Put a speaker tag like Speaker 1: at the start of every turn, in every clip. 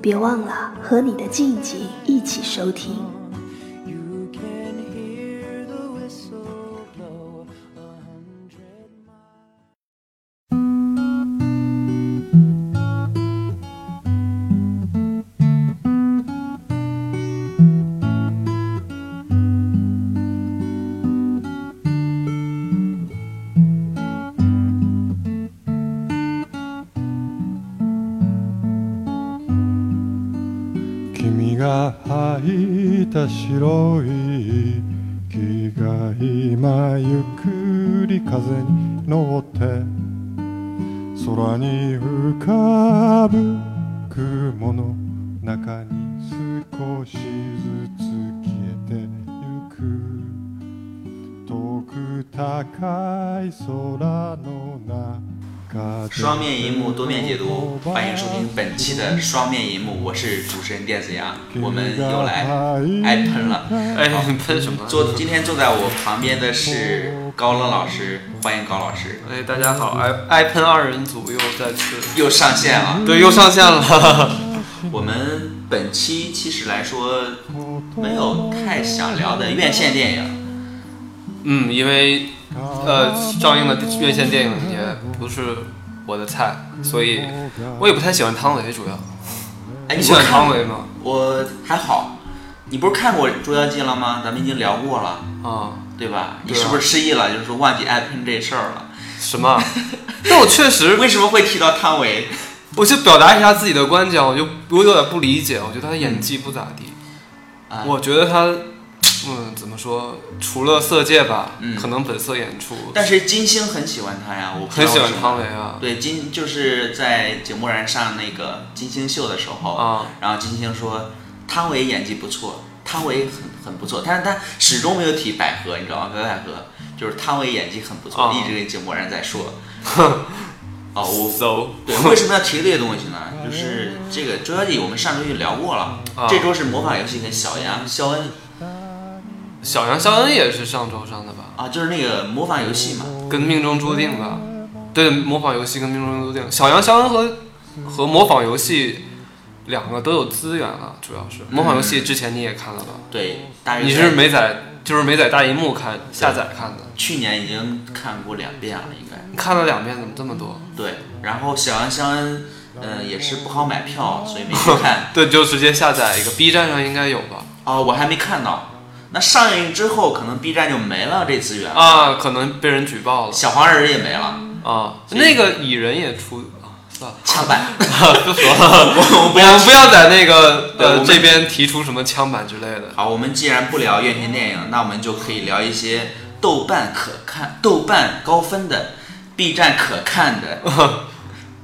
Speaker 1: 别忘了和你的静静一起收听。
Speaker 2: 君が履いた白い木が今ゆっくり風に乗って空に浮かぶ雲の中に少しずつ消えてゆく遠く高い空の中で
Speaker 3: 双面银
Speaker 2: 嗯
Speaker 3: 幕多面解读，欢迎收听本期的双面银幕，我是主持人电子羊，我们又来挨喷了。
Speaker 4: 哎，你喷什么？
Speaker 3: 坐今天坐在我旁边的是高冷老师，欢迎高老师，
Speaker 4: 哎，大家好，爱爱喷二人组又再次，
Speaker 3: 又上线了。
Speaker 4: 对，又上线了。
Speaker 3: 我们本期其实来说没有太想聊的院线电影，
Speaker 4: 嗯，因为呃上映的院线电影也不是我的菜，所以我也不太喜欢汤唯，主要
Speaker 3: 哎，
Speaker 4: 你
Speaker 3: 你
Speaker 4: 喜
Speaker 3: 不
Speaker 4: 欢
Speaker 3: 是看
Speaker 4: 汤
Speaker 3: 过？
Speaker 4: 唯吗？
Speaker 3: 我还好，你不是看过《捉妖记》了吗？咱们已经聊过了，
Speaker 4: 啊，
Speaker 3: 对吧？你
Speaker 4: 对啊
Speaker 3: 是不是失忆了？就是说忘记挨喷这事儿了？
Speaker 4: 什么？啊 但我确实，
Speaker 3: 为什么会提到汤唯？
Speaker 4: 我就表达一下自己的观点，我就我有点不理解，我觉得他演技不咋地。
Speaker 3: 啊
Speaker 4: 我觉得他，嗯，怎么说？除了《色戒》吧，
Speaker 3: 嗯
Speaker 4: 可能本色演出，
Speaker 3: 但是金星很喜欢他呀，我不知
Speaker 4: 很
Speaker 3: 道
Speaker 4: 喜欢
Speaker 3: 为什么
Speaker 4: 汤唯啊
Speaker 3: 对金就是在井柏然上那个金星秀的时候，
Speaker 4: 啊。
Speaker 3: 然后金星说汤唯演技不错，汤唯很很不错，但是他始终没有提百合，你知道吗？白百合就是汤唯演技很不错，
Speaker 4: 啊
Speaker 3: 一直跟井柏然在说。 哦，我
Speaker 4: 走
Speaker 3: 对，为什么要提这个东西呢？就是这个《捉妖记》，我们上周就聊过了，
Speaker 4: 啊
Speaker 3: 这周是模仿游戏跟小杨、肖恩
Speaker 4: 小杨肖恩也是上周上的吧？
Speaker 3: 啊，就是那个模仿游戏嘛。
Speaker 4: 跟命中注定吧？对，模仿游戏跟命中注定。小杨肖恩和和模仿游戏两个都有资源了，主要是模仿游戏之前你也看了吧？
Speaker 3: 对，大约
Speaker 4: 你
Speaker 3: 在
Speaker 4: 是没在，就是没在大荧幕看下载看的。
Speaker 3: 去年已经看过两遍了，应该。
Speaker 4: 你看了两遍，怎么这么多？
Speaker 3: 对，然后小杨肖恩，嗯、也是不好买票，所以没去看。
Speaker 4: 对，就直接下载一个，B 站上应该有吧？
Speaker 3: 哦，我还没看到。那上映之后，可能 B 站就没了这资源，
Speaker 4: 啊，可能被人举报了
Speaker 3: 小黄人也没了，
Speaker 4: 啊。那个蚁人也出 啊，算
Speaker 3: 枪
Speaker 4: 了，
Speaker 3: 版。
Speaker 4: 不说了，
Speaker 3: 我们
Speaker 4: 我们不要在那个
Speaker 3: 对我们
Speaker 4: 呃这边提出什么枪版之类的。
Speaker 3: 好，我们既然不聊院线电影，那我们就可以聊一些豆瓣可看、豆瓣高分的、B 站可看的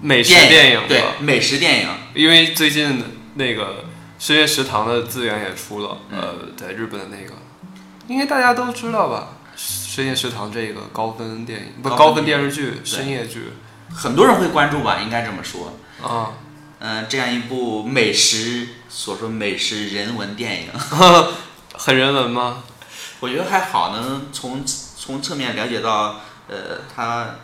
Speaker 4: 美食
Speaker 3: 电影，
Speaker 4: 电影吧
Speaker 3: 对美食电影。
Speaker 4: 因为最近那个深夜食堂的资源也出了，
Speaker 3: 嗯
Speaker 4: 呃，在日本的那个，应该大家都知道吧？深夜食堂这个高分电影不
Speaker 3: 高分
Speaker 4: 高分电视剧深夜剧
Speaker 3: 很多人会关注吧，应该这么说。
Speaker 4: 啊，
Speaker 3: 嗯、这样一部美食，所说美食人文电影，
Speaker 4: 啊 很人文吗？
Speaker 3: 我觉得还好，能从从侧面了解到，呃，他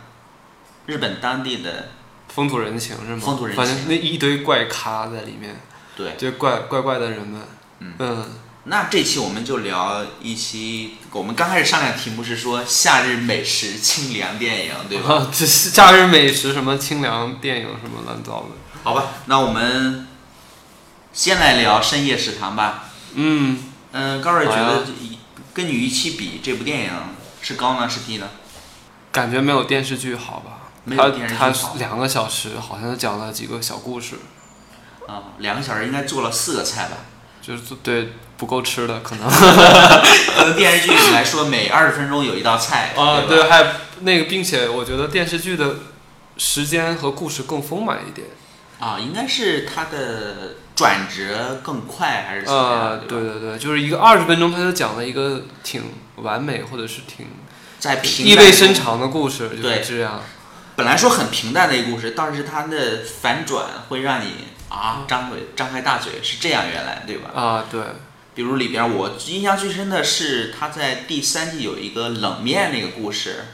Speaker 3: 日本当地的
Speaker 4: 风土人情是吗？
Speaker 3: 风土人情
Speaker 4: 反正那一堆怪咖在里面，
Speaker 3: 对。
Speaker 4: 就怪怪怪的人们，
Speaker 3: 嗯
Speaker 4: 嗯，
Speaker 3: 那这期我们就聊一期，我们刚开始商量题目是说夏日美食清凉电影，对吧？
Speaker 4: 啊，这是假日美食什么清凉电影什么乱糟的，
Speaker 3: 好吧，那我们先来聊深夜食堂吧。
Speaker 4: 嗯，
Speaker 3: 嗯，高瑞觉
Speaker 4: 好
Speaker 3: 得
Speaker 4: 呀
Speaker 3: 跟你预期比，这部电影是高呢是低呢？
Speaker 4: 感觉没有电视剧好吧？
Speaker 3: 没
Speaker 4: 他
Speaker 3: 有电视剧
Speaker 4: 他
Speaker 3: 好
Speaker 4: 两个小时好像讲了几个小故事，
Speaker 3: 啊、两个小时应该做了四个菜吧？
Speaker 4: 就是做对不够吃的可能
Speaker 3: 可能电视剧来说，每二十分钟有一道菜
Speaker 4: 啊，
Speaker 3: 对吧
Speaker 4: 对，还那个，并且我觉得电视剧的时间和故事更丰满一点，
Speaker 3: 啊，应该是他的转折更快还是怎么样？
Speaker 4: 呃，对
Speaker 3: 吧，
Speaker 4: 对对，就是一个二十分钟，他就讲了一个挺完美或者是挺
Speaker 3: 在平
Speaker 4: 意
Speaker 3: 淡
Speaker 4: 味
Speaker 3: 中
Speaker 4: 深长的故事，就是
Speaker 3: 对
Speaker 4: 这样。
Speaker 3: 本来说很平淡的一个故事，但是它的反转会让你
Speaker 4: 嗯
Speaker 3: 啊张嘴张开大嘴，是这样原来对吧？
Speaker 4: 啊，对，
Speaker 3: 比如里边我印象最深的是他在第三季有一个冷面那个故 事，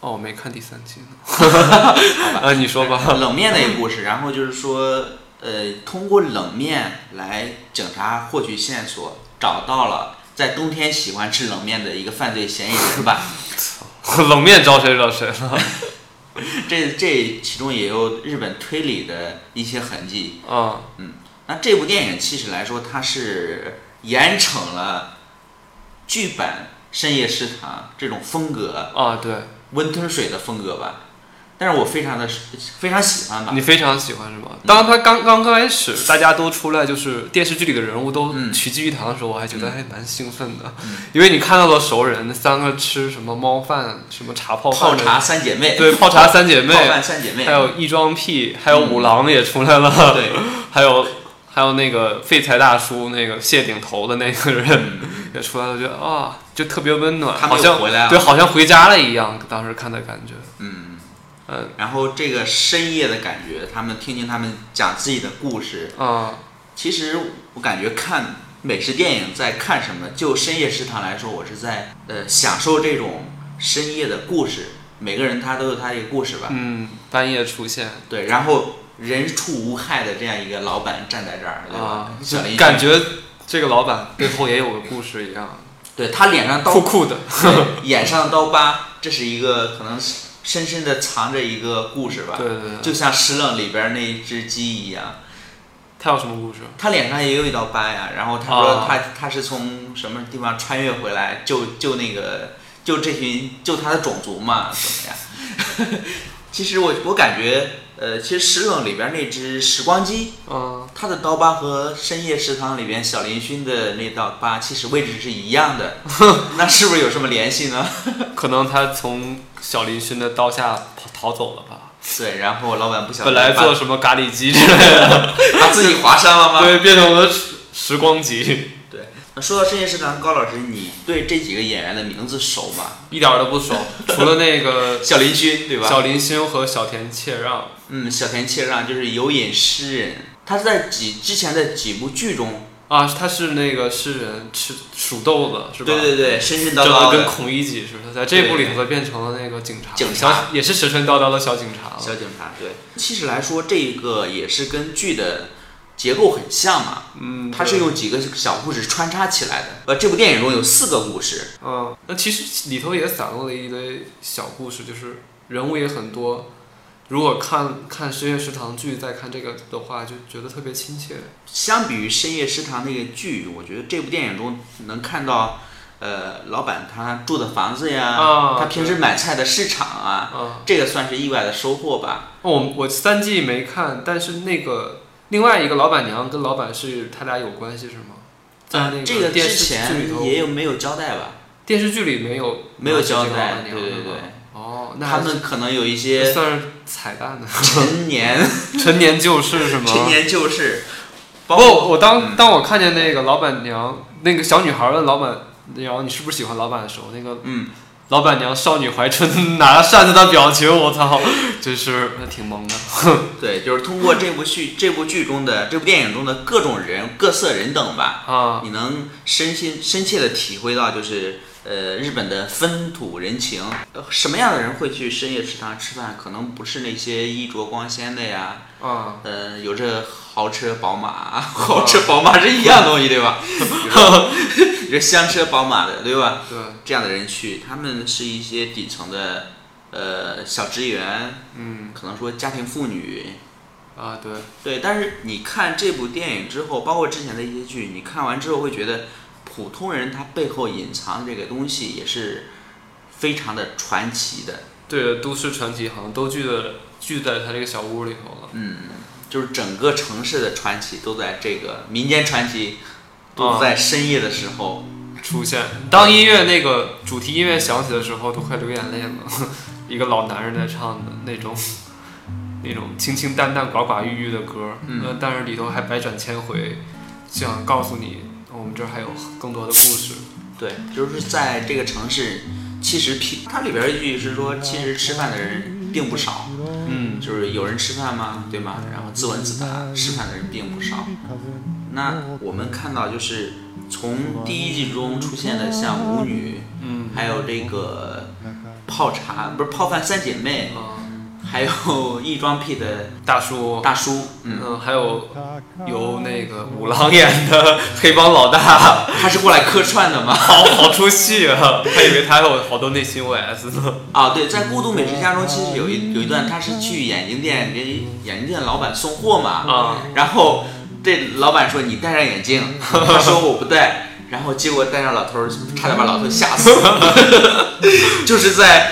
Speaker 4: 哦，我没看第三 季呢。啊，你说吧。
Speaker 3: 冷面那个故事，然后就是说呃通过冷面来警察获取线索，找到了在冬天喜欢吃冷面的一个犯罪嫌疑人吧。
Speaker 4: 冷面招谁惹谁了？
Speaker 3: 这这其中也有日本推理的一些痕迹，
Speaker 4: 啊，
Speaker 3: 那这部电影其实来说，它是严惩了剧本《深夜食堂》这种风格，
Speaker 4: 啊，对，
Speaker 3: 温吞水的风格吧。但是我非常的非常喜欢吧
Speaker 4: 你，非常喜欢是吗？当他刚刚刚开始，大家都出来，就是电视剧里的人物都
Speaker 3: 嗯
Speaker 4: 齐聚一堂的时候，我还觉得还蛮兴奋的
Speaker 3: 嗯，
Speaker 4: 因为你看到了熟人，三个吃什么猫饭、什么茶泡
Speaker 3: 泡
Speaker 4: 饭的、
Speaker 3: 茶三姐妹，
Speaker 4: 对泡茶三姐妹
Speaker 3: 泡，饭三姐妹，
Speaker 4: 还有异装癖，还有五郎也出来了，
Speaker 3: 嗯对，
Speaker 4: 还有还有那个废柴大叔，那个谢顶头的那个人也出来了，我觉得啊，就特别温暖，
Speaker 3: 嗯他
Speaker 4: 好
Speaker 3: 们又
Speaker 4: 像
Speaker 3: 回来
Speaker 4: 对，
Speaker 3: 了，
Speaker 4: 好像回家了一样，当时看的感觉，
Speaker 3: 嗯。
Speaker 4: 嗯
Speaker 3: 然后这个深夜的感觉，他们听听他们讲自己的故事，
Speaker 4: 啊、
Speaker 3: 其实我感觉看美食电影在看什么，就深夜食堂来说，我是在呃享受这种深夜的故事。每个人他都有他的一个故事吧，
Speaker 4: 嗯，半夜出现。
Speaker 3: 对，然后人畜无害的这样一个老板站在这儿，对吧
Speaker 4: 啊？，
Speaker 3: 小林
Speaker 4: 感觉这个老板背后也有个故事一样，
Speaker 3: 对他脸上刀
Speaker 4: 酷酷的。
Speaker 3: 对眼上刀疤，这是一个可能深深的藏着一个故事吧，
Speaker 4: 对对对，
Speaker 3: 就像《石冷》里边那一只鸡一样，
Speaker 4: 他有什么故事？
Speaker 3: 他脸上也有一道疤呀。然后他说
Speaker 4: 啊
Speaker 3: 他、他是从什么地方穿越回来，救救那个救这群救他的种族嘛，怎么样？ 其实我我感觉，呃，其实《石冷》里边那只时光机，
Speaker 4: 嗯，
Speaker 3: 它的刀疤和《深夜食堂》里边小林勋的那道疤其实位置是一样 的，那是不是有什么联系呢？
Speaker 4: 可能他从小林勋的刀下跑逃走了吧？
Speaker 3: 对，然后老板不想
Speaker 4: 本来
Speaker 3: 把
Speaker 4: 做什么咖喱鸡之类的，
Speaker 3: 把自己划伤了吗？
Speaker 4: 对，变成了时 时光机，
Speaker 3: 对。那说到深夜食堂，高老师，你对这几个演员的名字熟吗？
Speaker 4: 一点儿都不熟。 除了那个
Speaker 3: 小林勋对吧？
Speaker 4: 小林勋和小田切让，
Speaker 3: 嗯，小田切让就是有隐诗人，他是在几之前的几部剧中，
Speaker 4: 啊，他是那个诗人吃数豆子是吧？
Speaker 3: 对对对，神神叨
Speaker 4: 整
Speaker 3: 叨
Speaker 4: 的跟
Speaker 3: 的
Speaker 4: 孔乙己似的，在这部里头变成了那个警察，
Speaker 3: 警察
Speaker 4: 小也是神神叨叨的小警察了。
Speaker 3: 小警察。对，其实来说，这个也是跟剧的结构很像嘛。
Speaker 4: 嗯，
Speaker 3: 它是
Speaker 4: 对
Speaker 3: 用几个小故事穿插起来的。呃，这部电影中有四个故事，
Speaker 4: 嗯，那其实里头也散落了一堆小故事，就是人物也很多。如果看看深夜食堂剧再看这个的话，就觉得特别亲切。
Speaker 3: 相比于《深夜食堂》那个剧，我觉得这部电影中能看到，呃，老板他住的房子呀，
Speaker 4: 啊
Speaker 3: 他平时买菜的市场啊，
Speaker 4: 啊、
Speaker 3: 这个算是意外的收获吧。
Speaker 4: 我哦我三季没看，但是那个另外一个老板娘跟老板是他俩有关系是吗？在那
Speaker 3: 这个
Speaker 4: 电
Speaker 3: 之
Speaker 4: 视剧里
Speaker 3: 前
Speaker 4: 头，
Speaker 3: 也有没有交代吧？
Speaker 4: 电视剧里没有
Speaker 3: 没有交
Speaker 4: 这个老
Speaker 3: 代，
Speaker 4: 板
Speaker 3: 对
Speaker 4: 娘
Speaker 3: 对
Speaker 4: 是吗
Speaker 3: 对，
Speaker 4: 哦，那
Speaker 3: 他
Speaker 4: 还
Speaker 3: 们可能有一
Speaker 4: 是
Speaker 3: 些
Speaker 4: 算是彩蛋呢，
Speaker 3: 陈年
Speaker 4: 陈年旧事是吗？
Speaker 3: 陈年旧事，包
Speaker 4: 不，
Speaker 3: 括
Speaker 4: 我当
Speaker 3: 嗯
Speaker 4: 当我看见那个老板娘，那个小女孩问老板娘你是不是喜欢老板的时候，那个
Speaker 3: 嗯，
Speaker 4: 老板娘少女怀春 拿扇子的表情，我操，真是挺萌的。
Speaker 3: 对，就是通过这部剧、这部剧中的这部电影中的各种人、各色人等吧，
Speaker 4: 啊
Speaker 3: 你能深信深切的体会到，就是呃日本的风土人情、呃什么样的人会去深夜食堂吃饭？可能不是那些衣着光鲜的呀，
Speaker 4: 啊，
Speaker 3: 呃，有着豪车宝马， 豪车宝马是一样东西对 吧？有着香车宝马的对吧？
Speaker 4: 对，
Speaker 3: 这样的人去，他们是一些底层的呃小职员，
Speaker 4: 嗯
Speaker 3: 可能说家庭妇女，
Speaker 4: 啊对，
Speaker 3: 对，但是你看这部电影之后，包括之前的一些剧，你看完之后会觉得，普通人他背后隐藏的这个东西也是非常的传奇的。
Speaker 4: 对都市传奇好像都聚在聚在他这个小屋里头了。
Speaker 3: 嗯，就是整个城市的传奇都在这个民间传奇，
Speaker 4: 啊
Speaker 3: 都在深夜的时候。
Speaker 4: 出现，当音乐那个主题音 乐响起的时候，都快流眼泪了。一个老男人在唱的那种， 那种清清淡淡、寡寡郁郁的歌，
Speaker 3: 嗯
Speaker 4: 呃，但是里头还百转千回，想告诉你，我们这儿还有更多的故事。
Speaker 3: 对，就是在这个城市，其实平它里边儿一句是说，其实吃饭的人并不少，
Speaker 4: 嗯，
Speaker 3: 就是有人吃饭吗？对吗？然后自问自答，吃饭的人并不少。那我们看到就是从第一季中出现的像舞女，
Speaker 4: 嗯，
Speaker 3: 还有这个泡茶不是泡饭三姐妹，
Speaker 4: 嗯
Speaker 3: 还有 易装癖的
Speaker 4: 大叔，
Speaker 3: 大叔，嗯，
Speaker 4: 嗯，还有由那个五郎演的 黑帮老大，
Speaker 3: 他是过来客串的吗？
Speaker 4: 好好出戏啊！还以为他有好多内心 OS 呢。
Speaker 3: 啊，对，在《孤独美食家》中，其实有一有一段他是去眼镜店给眼镜店老板送货嘛，
Speaker 4: 啊
Speaker 3: 然后这老板说你戴上眼镜， 他说我不戴，然后结果戴上老头儿，差点把老头吓死， 就是在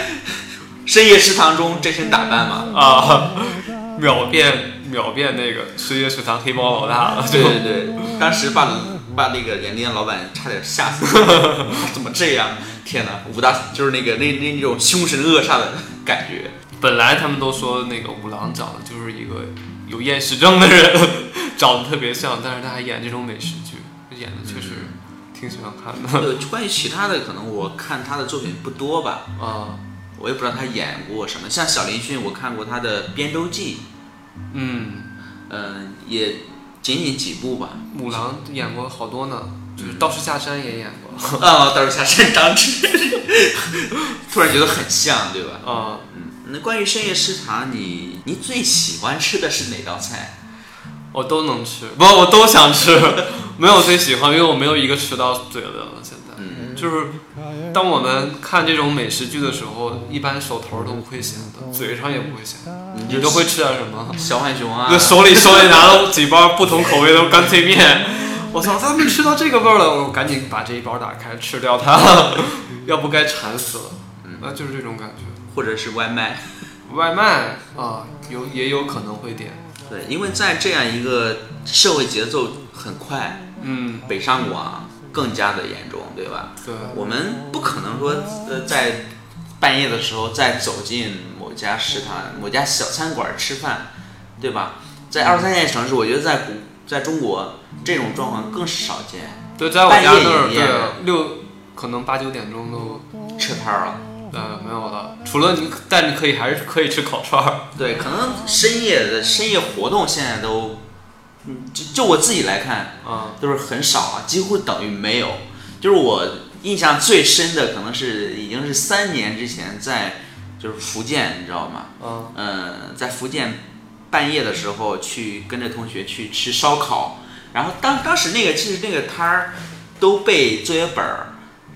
Speaker 3: 深夜食堂中这身打扮嘛，
Speaker 4: 啊， 秒变秒变那个深夜食堂黑帮老大了，
Speaker 3: 对
Speaker 4: 就
Speaker 3: 对对， 当时把把那个眼镜店老板差点吓死， 怎么这样？天哪，武大就是那个那那那种凶神恶煞的感觉，
Speaker 4: 本来他们都说那个五郎长得就是一个有厌食症的人， 长得特别像，但是他还演这种美食剧，演的确实挺喜欢看的
Speaker 3: 对，关于其他的可能我看他的作品不多吧。
Speaker 4: 啊。
Speaker 3: 我也不知道他演过什么，像小林勋，我看过他的《边州记
Speaker 4: 嗯，》，
Speaker 3: 嗯，也仅仅几部吧。
Speaker 4: 五郎演过好多呢，就是道士下山也演过
Speaker 3: 啊，倒是下山当吃，突然觉得很像，对吧？
Speaker 4: 啊。
Speaker 3: 嗯，那关于深夜食堂，你你最喜欢吃的是哪道菜？
Speaker 4: 我都能吃，不，我都想吃， 没有最喜欢，因为我没有一个吃到嘴的了。现在，
Speaker 3: 嗯
Speaker 4: 就是当我们看这种美食剧的时候，一般手头都不会闲的，嘴上也不会闲的。
Speaker 3: 你
Speaker 4: 你
Speaker 3: 就
Speaker 4: 都会吃点 什么？
Speaker 3: 小浣熊啊
Speaker 4: 就，手里手里拿了几包不同口味的干脆面，我操，他们吃到这个味儿了，我赶紧把这一包打开吃掉它， 要不该馋死了。
Speaker 3: 嗯
Speaker 4: 那就是这种感觉。
Speaker 3: 或者是外卖。
Speaker 4: 外卖啊，有也有可能会点，
Speaker 3: 对，因为在这样一个社会节奏很快，
Speaker 4: 嗯，
Speaker 3: 北上广更加的严重，对吧？
Speaker 4: 对，
Speaker 3: 我们不可能说呃在半夜的时候再走进某家食堂、某家小餐馆吃饭，对吧？在二三线城市，我觉得在古在中国这种状况更少见，
Speaker 4: 对，在我
Speaker 3: 半
Speaker 4: 家
Speaker 3: 夜
Speaker 4: 那儿，
Speaker 3: 营业
Speaker 4: 对，六可能八九点钟都
Speaker 3: 吃摊儿了。
Speaker 4: 呃没有了，除了你，但你可以还是可以吃烤串儿，
Speaker 3: 对，可能深夜的深夜活动现在都，嗯，就就我自己来看，
Speaker 4: 啊
Speaker 3: 都是很少啊，几乎等于没有。就是我印象最深的，可能是已经是三年之前在就是福建，你知道吗？
Speaker 4: 啊
Speaker 3: 呃，在福建半夜的时候去跟着同学去吃烧烤，然后当当时那个其实那个摊儿都被作业本儿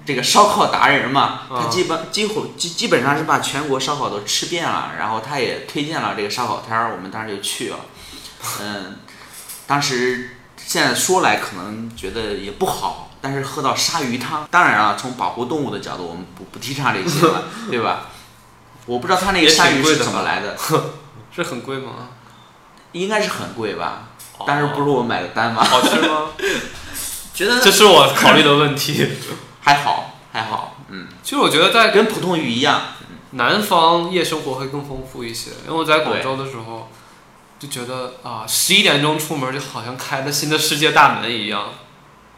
Speaker 3: 这个烧烤达人嘛，
Speaker 4: 啊
Speaker 3: 他基本几乎基基本上是把全国烧烤都吃遍了，然后他也推荐了这个烧烤摊儿，我们当时就去了，嗯，当时现在说来可能觉得也不好，但是喝到鲨鱼汤，当然啊，从保护动物的角度，我们不不提倡这些了，对吧？我不知道他那个
Speaker 4: 也挺
Speaker 3: 鲨鱼
Speaker 4: 贵
Speaker 3: 是
Speaker 4: 的
Speaker 3: 怎么
Speaker 4: 吧
Speaker 3: 来的，
Speaker 4: 是很贵吗？
Speaker 3: 应该是很贵吧，但是不是我买的单嘛？
Speaker 4: 哦好吃吗？
Speaker 3: 觉得
Speaker 4: 这是我考虑的问 题。
Speaker 3: 还好，还好，嗯，
Speaker 4: 其实我觉得在
Speaker 3: 跟普通鱼一样，
Speaker 4: 南方夜生活会更丰富一些，因为我在广州的时候就觉得啊，十一点钟出门就好像开了新的世界大门一样，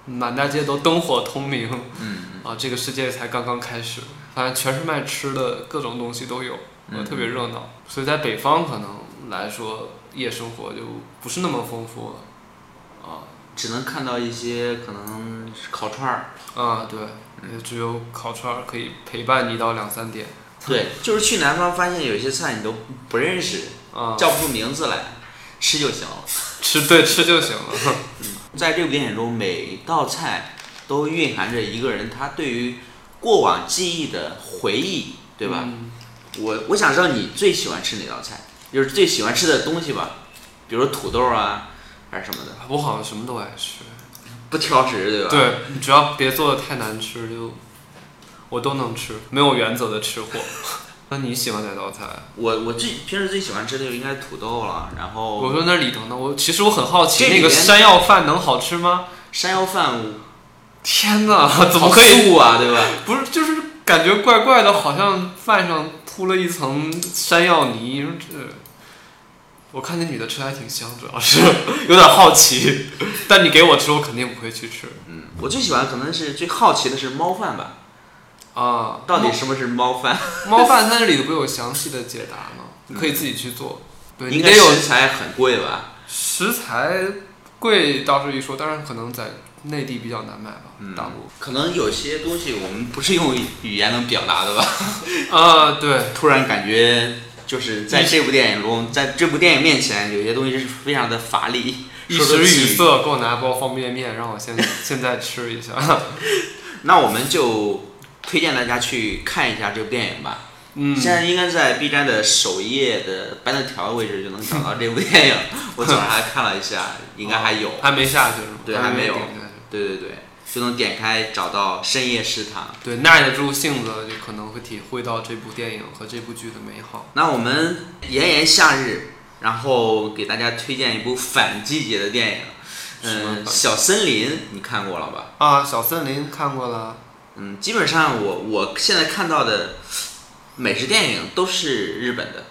Speaker 4: 满大街都灯火通明
Speaker 3: 嗯，
Speaker 4: 啊，这个世界才刚刚开始，反正全是卖吃的，各种东西都有，呃，
Speaker 3: 嗯
Speaker 4: 特别热闹。所以在北方可能来说，夜生活就不是那么丰富了啊。
Speaker 3: 只能看到一些可能是烤串儿，
Speaker 4: 啊，对，也只有烤串儿可以陪伴你到两三点
Speaker 3: 对，就是去南方发现有些菜你都不认识，
Speaker 4: 啊，
Speaker 3: 叫不出名字来，吃就行了。
Speaker 4: 吃对吃就行了。
Speaker 3: 在这部电影中，每道菜都蕴含着一个人他对于过往记忆的回忆，对吧？
Speaker 4: 嗯
Speaker 3: 我我想知道你最喜欢吃哪道菜，就是最喜欢吃的东西吧，比如说土豆啊，还是什么的，
Speaker 4: 我好像什么都爱吃，
Speaker 3: 不挑食，对吧？
Speaker 4: 对，只要别做的太难吃，就我都能吃，没有原则的吃货。 那你喜欢哪道菜？
Speaker 3: 我我最平时最喜欢吃的就应该是土豆了，然
Speaker 4: 我
Speaker 3: 后
Speaker 4: 说那里头呢，我其实我很好奇
Speaker 3: 这里
Speaker 4: 那
Speaker 3: 面
Speaker 4: 个山药饭能好吃吗？
Speaker 3: 山药饭
Speaker 4: 天哪，怎么
Speaker 3: 好
Speaker 4: 可以？
Speaker 3: 素啊，对吧？
Speaker 4: 不是，就是感觉怪怪的，好像饭上铺了一层山药泥，这我看那女的吃的还挺香，主要是 有点好奇。但你给我吃，我肯定不会去吃
Speaker 3: 嗯，我最喜欢可能是最好奇的是猫饭吧，
Speaker 4: 啊。
Speaker 3: 到底什么是猫饭？
Speaker 4: 猫饭它这里不有详细的解答吗？你可以自己去做。对，
Speaker 3: 应
Speaker 4: 你
Speaker 3: 该
Speaker 4: 得有
Speaker 3: 食材很贵吧？
Speaker 4: 食材贵倒是一说，但是可能在内地比较难买吧，大陆。
Speaker 3: 嗯可能有些东西我们不是用语言能表达的 吧。
Speaker 4: 啊，对，
Speaker 3: 突然感觉就是在这部电影中，在这部电影面前，有些东西是非常的乏力，
Speaker 4: 一
Speaker 3: 说
Speaker 4: 时
Speaker 3: 得
Speaker 4: 语
Speaker 3: 起。
Speaker 4: 塞，给我拿包方便面，让我 现现在吃一下。
Speaker 3: 那我们就推荐大家去看一下这部电影吧。
Speaker 4: 嗯，
Speaker 3: 现在应该在 B 站的首页的 banner 条的位置就能找到这部电 影。我早上还看了一下，应该还有。
Speaker 4: 还没下去是吗？
Speaker 3: 对还没有对对对，就能点开找到深夜食堂。
Speaker 4: 对，耐得住性子，就可能会体会到这部电影和这部剧的美好。
Speaker 3: 那我们炎炎夏日，然后给大家推荐一部反季节的电影。
Speaker 4: 什么反
Speaker 3: 嗯，小森林你看过了吧？
Speaker 4: 啊，小森林看过了，
Speaker 3: 嗯，基本上我我现在看到的美食电影都是日本的，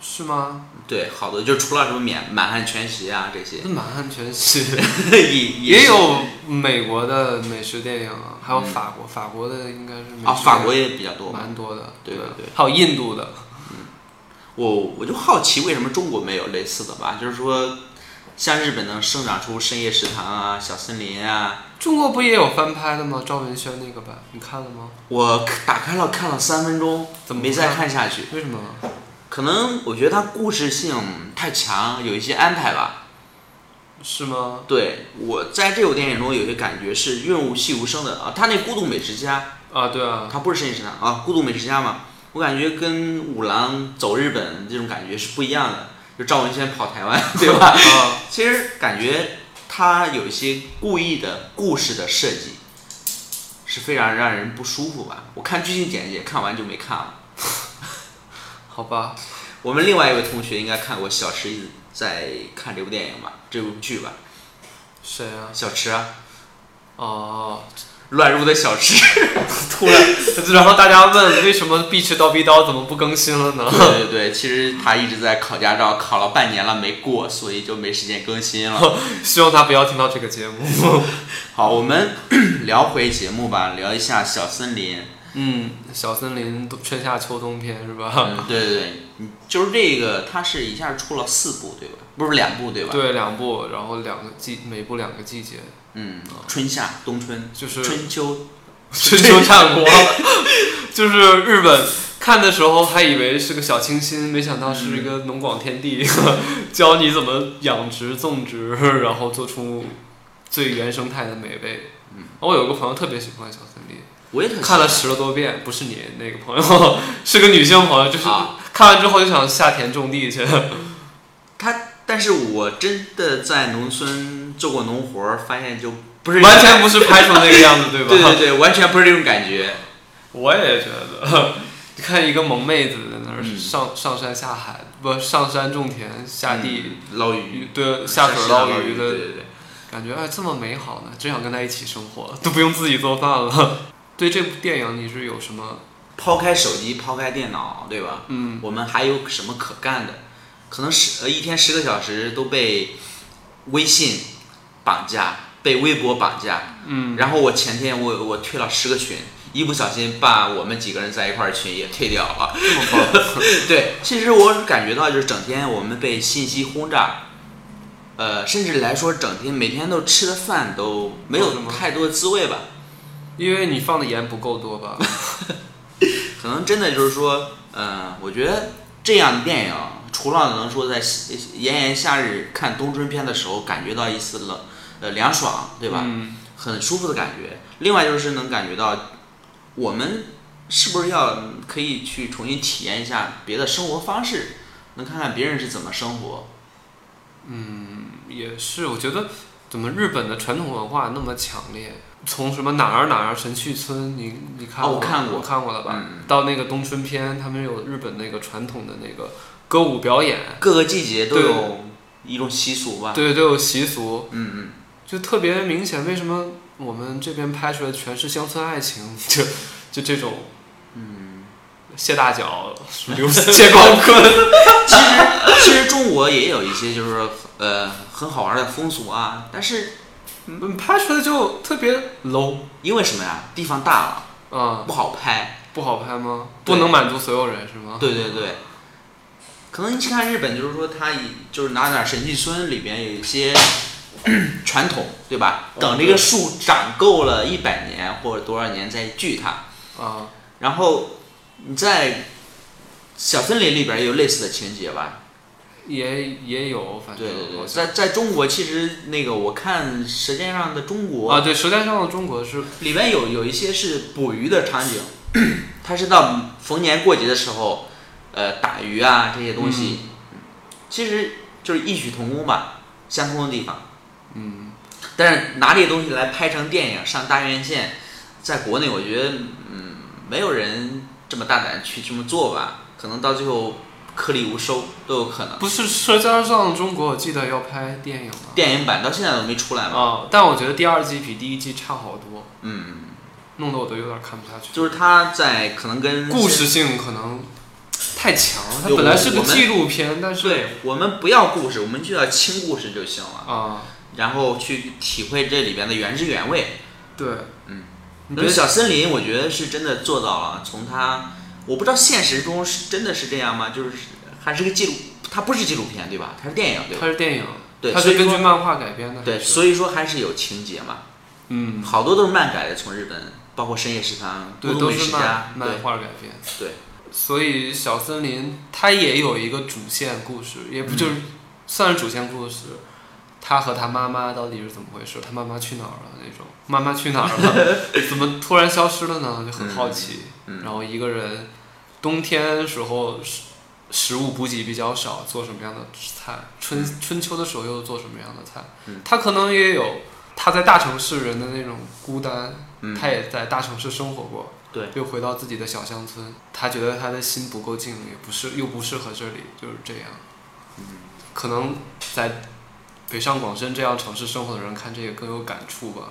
Speaker 4: 是吗？
Speaker 3: 对，好多就除了什么满满汉全席啊这些
Speaker 4: 那，满汉全席
Speaker 3: 也
Speaker 4: 也
Speaker 3: 是
Speaker 4: 有美国的美食电影啊，还有法国，法国的应该是美食
Speaker 3: 啊，法国
Speaker 4: 电
Speaker 3: 也比较
Speaker 4: 影
Speaker 3: 多嘛。
Speaker 4: 蛮多的，
Speaker 3: 对对对
Speaker 4: 还有印度的，
Speaker 3: 我我就好奇为什么中国没有类似的吧？就是说，像日本能生长出深夜食堂啊、小森林啊，
Speaker 4: 中国不也有翻拍的吗？赵文轩那个版，你看了吗？
Speaker 3: 我打开了看了三分钟，
Speaker 4: 怎么
Speaker 3: 没再
Speaker 4: 看
Speaker 3: 看下去？
Speaker 4: 为什么？
Speaker 3: 可能我觉得它故事性太强，有一些安排吧。
Speaker 4: 是吗？
Speaker 3: 对我在这部电影中有些感觉是润物细无声的啊，他那《孤独美食家
Speaker 4: 啊，对》啊，
Speaker 3: 他不是深夜食堂啊，《孤独美食家》嘛，我感觉跟五郎走日本这种感觉是不一样的，就赵文轩跑台湾， 对吧？
Speaker 4: 啊，
Speaker 3: 其实感觉他有一些故意的故事的设计，是非常让人不舒服吧？我看剧情简介看完就没看了。
Speaker 4: 好吧，
Speaker 3: 我们另外一位同学应该看过小池一直在看这部电影吧，这部剧吧，
Speaker 4: 谁啊？
Speaker 3: 小池啊，
Speaker 4: 哦，
Speaker 3: 乱入的小池。
Speaker 4: 突然， 然后大家问为什么碧池刀逼刀怎么不更新了 呢？
Speaker 3: 对对对，其实他一直在考驾照，考了半年了没过，所以就没时间更新了。
Speaker 4: 希望他不要听到这个 节目。
Speaker 3: 好，我们 聊回节目吧，聊一下小森林。
Speaker 4: 嗯，小森林冬春夏秋冬篇是吧？
Speaker 3: 嗯，对对对，你就是这个，它是一下出了四部对吧？不是两部对吧？，
Speaker 4: 对，两部，然后两个季，每部两个季节，
Speaker 3: 嗯，春夏冬春，
Speaker 4: 就是
Speaker 3: 春秋，
Speaker 4: 春秋战国， 就是日本。看的时候还以为是个小清新，没想到是一个农广天地， 教你怎么养殖、种植，然后做出最原生态的美味。嗯，我有个朋友特别喜欢小森林，
Speaker 3: 我也很
Speaker 4: 看了
Speaker 3: 喜
Speaker 4: 十多遍，不是你那个朋友， 是个女性朋友，就是
Speaker 3: 啊
Speaker 4: 看完之后就想下田种地去。
Speaker 3: 欢它，但是我真的在农村做过农活儿，发现就不是
Speaker 4: 完全不是拍成那个样子，对吧？
Speaker 3: 对对对，完全不是这种感觉。
Speaker 4: 我也觉得。 你看一个萌妹子在那儿
Speaker 3: 嗯
Speaker 4: 上、上山下海，不上山种田下地，
Speaker 3: 嗯捞鱼，
Speaker 4: 对下水捞鱼
Speaker 3: 对
Speaker 4: 的
Speaker 3: 对对。
Speaker 4: 感觉，哎，这么美好呢，真想跟她一起生活，都不用自己做饭了。 对这部电影你是有什么？
Speaker 3: 抛开手机，抛开电脑，对吧？嗯，我们还有什么可干的？可能十呃一天十个小时都被微信绑架，被微博绑架。嗯，然后我前天我我退了十个群，一不小心把我们几个人在一块儿的群也退掉了。
Speaker 4: 这么棒？
Speaker 3: 对，其实我感觉到就是整天我们被信息轰炸，呃，甚至来说整天每天都吃的饭都没有
Speaker 4: 为什么
Speaker 3: 太多滋味吧。
Speaker 4: 因为你放的盐不够多吧？
Speaker 3: 嗯可能真的就是说，嗯，我觉得这样的电影，除了能说在炎炎夏日看冬春片的时候感觉到一丝冷，呃，凉爽，对吧？
Speaker 4: 嗯，
Speaker 3: 很舒服的感觉。另外就是能感觉到，我们是不是要可以去重新体验一下别的生活方式，能看看别人是怎么生活。
Speaker 4: 也是，我觉得怎么日本的传统文化那么强烈？从什么哪儿哪儿神去村，你你看
Speaker 3: 哦
Speaker 4: 过
Speaker 3: 我
Speaker 4: 吗
Speaker 3: 看过
Speaker 4: 我看过了吧？
Speaker 3: 嗯
Speaker 4: 到那个冬春篇，他们有日本那个传统的那个歌舞表演，
Speaker 3: 各个季节都
Speaker 4: 对
Speaker 3: 有一种习俗吧。
Speaker 4: 对，都有习俗，
Speaker 3: 嗯嗯。
Speaker 4: 就特别明显。为什么我们这边拍出来全是乡村爱情？就就这种，嗯，谢 大脚、刘谢光坤。
Speaker 3: 其实其实中国也有一些就是说呃很好玩的风俗啊，但是
Speaker 4: 嗯，拍出来就特别 low
Speaker 3: 因为什么呀？地方大了，
Speaker 4: 啊、
Speaker 3: 不好拍。
Speaker 4: 不好拍吗？
Speaker 3: 对
Speaker 4: 不能满足所有人是吗？
Speaker 3: 对对对，可能你去看日本，就是说他以就是哪哪神剧村里边有一些 传统，对吧？等这个树长够了一百年或者多少年再锯它，
Speaker 4: 啊，
Speaker 3: 然后你在小森林里边也有类似的情节吧？
Speaker 4: 也也有，反正
Speaker 3: 对对
Speaker 4: 好
Speaker 3: 对，
Speaker 4: 像
Speaker 3: 在在中国其实那个我看《舌尖上的中国》
Speaker 4: 啊，对，《舌尖上的中国》是
Speaker 3: 里边有有一些是捕鱼的场景， 它是到逢年过节的时候，呃，打鱼啊这些东西，
Speaker 4: 嗯
Speaker 3: 其实就是异曲同工吧，相通的地方。
Speaker 4: 嗯，
Speaker 3: 但是拿这些东西来拍成电影上大院线，在国内我觉得，嗯，没有人这么大胆去这么做吧，可能到最后颗粒无收都有可能。
Speaker 4: 不是《舌尖上的中国》？我记得要拍电影了
Speaker 3: 电影版到现在都没出来嘛，
Speaker 4: 啊，但我觉得第二季比第一季差好多，
Speaker 3: 嗯，
Speaker 4: 弄得我都有点看不下去。
Speaker 3: 就是它在可能跟
Speaker 4: 故事性可能太强了，它
Speaker 3: 有
Speaker 4: 本来是个
Speaker 3: 我们
Speaker 4: 纪录片，但是
Speaker 3: 对我们不要故事，我们就要轻故事就行了。
Speaker 4: 啊，
Speaker 3: 然后去体会这里边的原汁原味。
Speaker 4: 对，
Speaker 3: 嗯，
Speaker 4: 你
Speaker 3: 那
Speaker 4: 别
Speaker 3: 么小森林，我觉得是真的做到了。从它，我不知道现实中是真的是这样吗？就是还是个纪录，它不是纪录片对吧？它是电影对吧？
Speaker 4: 它是电影，
Speaker 3: 对
Speaker 4: 它
Speaker 3: 所
Speaker 4: 是
Speaker 3: 以
Speaker 4: 根
Speaker 3: 说
Speaker 4: 据漫画改编的，
Speaker 3: 对，
Speaker 4: 还是
Speaker 3: 所以说还是有情节嘛，
Speaker 4: 嗯，
Speaker 3: 好多都是漫改的，从日本，包括深夜食堂、孤
Speaker 4: 对，
Speaker 3: 独
Speaker 4: 都
Speaker 3: 美
Speaker 4: 是
Speaker 3: 食
Speaker 4: 漫
Speaker 3: 家，
Speaker 4: 漫画改编。
Speaker 3: 对对，
Speaker 4: 所以小森林它也有一个主线故事，也不
Speaker 3: 嗯
Speaker 4: 就是、算是主线故事。他和他妈妈到底是怎么回事？他妈妈去哪儿了？那种妈妈去哪 儿了？怎么突然消失了呢？就很好奇。
Speaker 3: 嗯
Speaker 4: 然后一个人冬天时候食食物补给比较少，做什么样的菜？春春秋的时候又做什么样的菜？
Speaker 3: 嗯
Speaker 4: 他可能也有他在大城市人的那种孤单，
Speaker 3: 嗯，
Speaker 4: 他也在大城市生活过，
Speaker 3: 对，
Speaker 4: 又回到自己的小乡村，他觉得他的心不够静，也不是又不适合这里，就是这样。
Speaker 3: 嗯
Speaker 4: 可能在北上广深这样城市生活的人看这个更有感触吧。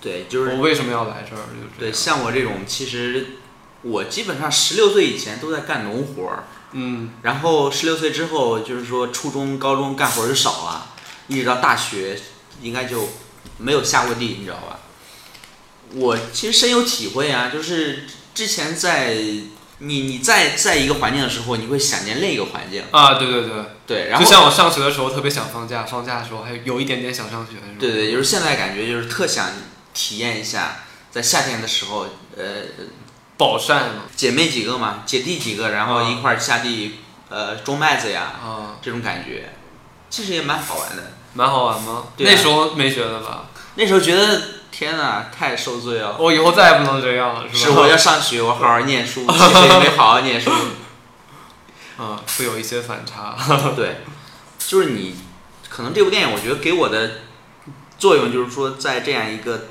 Speaker 3: 对，就是
Speaker 4: 我为什么要来这儿？就这
Speaker 3: 对，
Speaker 4: 样。
Speaker 3: 像我这种，其实我基本上十六岁以前都在干农活儿。
Speaker 4: 嗯，
Speaker 3: 然后十六岁之后，就是说初中、高中干活儿就少了，一直到大学，应该就没有下过地，你知道吧？我其实深有体会啊，就是之前在你你在在一个环境的时候，你会想念另一个环境，
Speaker 4: 啊，对对对，
Speaker 3: 对，然后
Speaker 4: 就像我上学的时候特别想放假，放假的时候还有一点点想上学。是吧
Speaker 3: 对对，就是现在感觉就是特想体验一下，在夏天的时候，呃，
Speaker 4: 宝善嘛，
Speaker 3: 姐妹几个嘛，姐弟几个，然
Speaker 4: 哦
Speaker 3: 后一块儿下地，呃，种麦子呀，
Speaker 4: 啊，
Speaker 3: 这种感觉，其实也蛮好玩的。
Speaker 4: 蛮好玩吗？
Speaker 3: 对啊
Speaker 4: 那时候没觉得吧？
Speaker 3: 那时候觉得天哪，太受罪了。
Speaker 4: 我以后再也不能这样了，是吧？
Speaker 3: 是我 要上学，我好好念书，其实也没好好念书。
Speaker 4: 啊，会有一些反差。
Speaker 3: 对，就是你，可能这部电影我觉得给我的作用就是说，在这样一个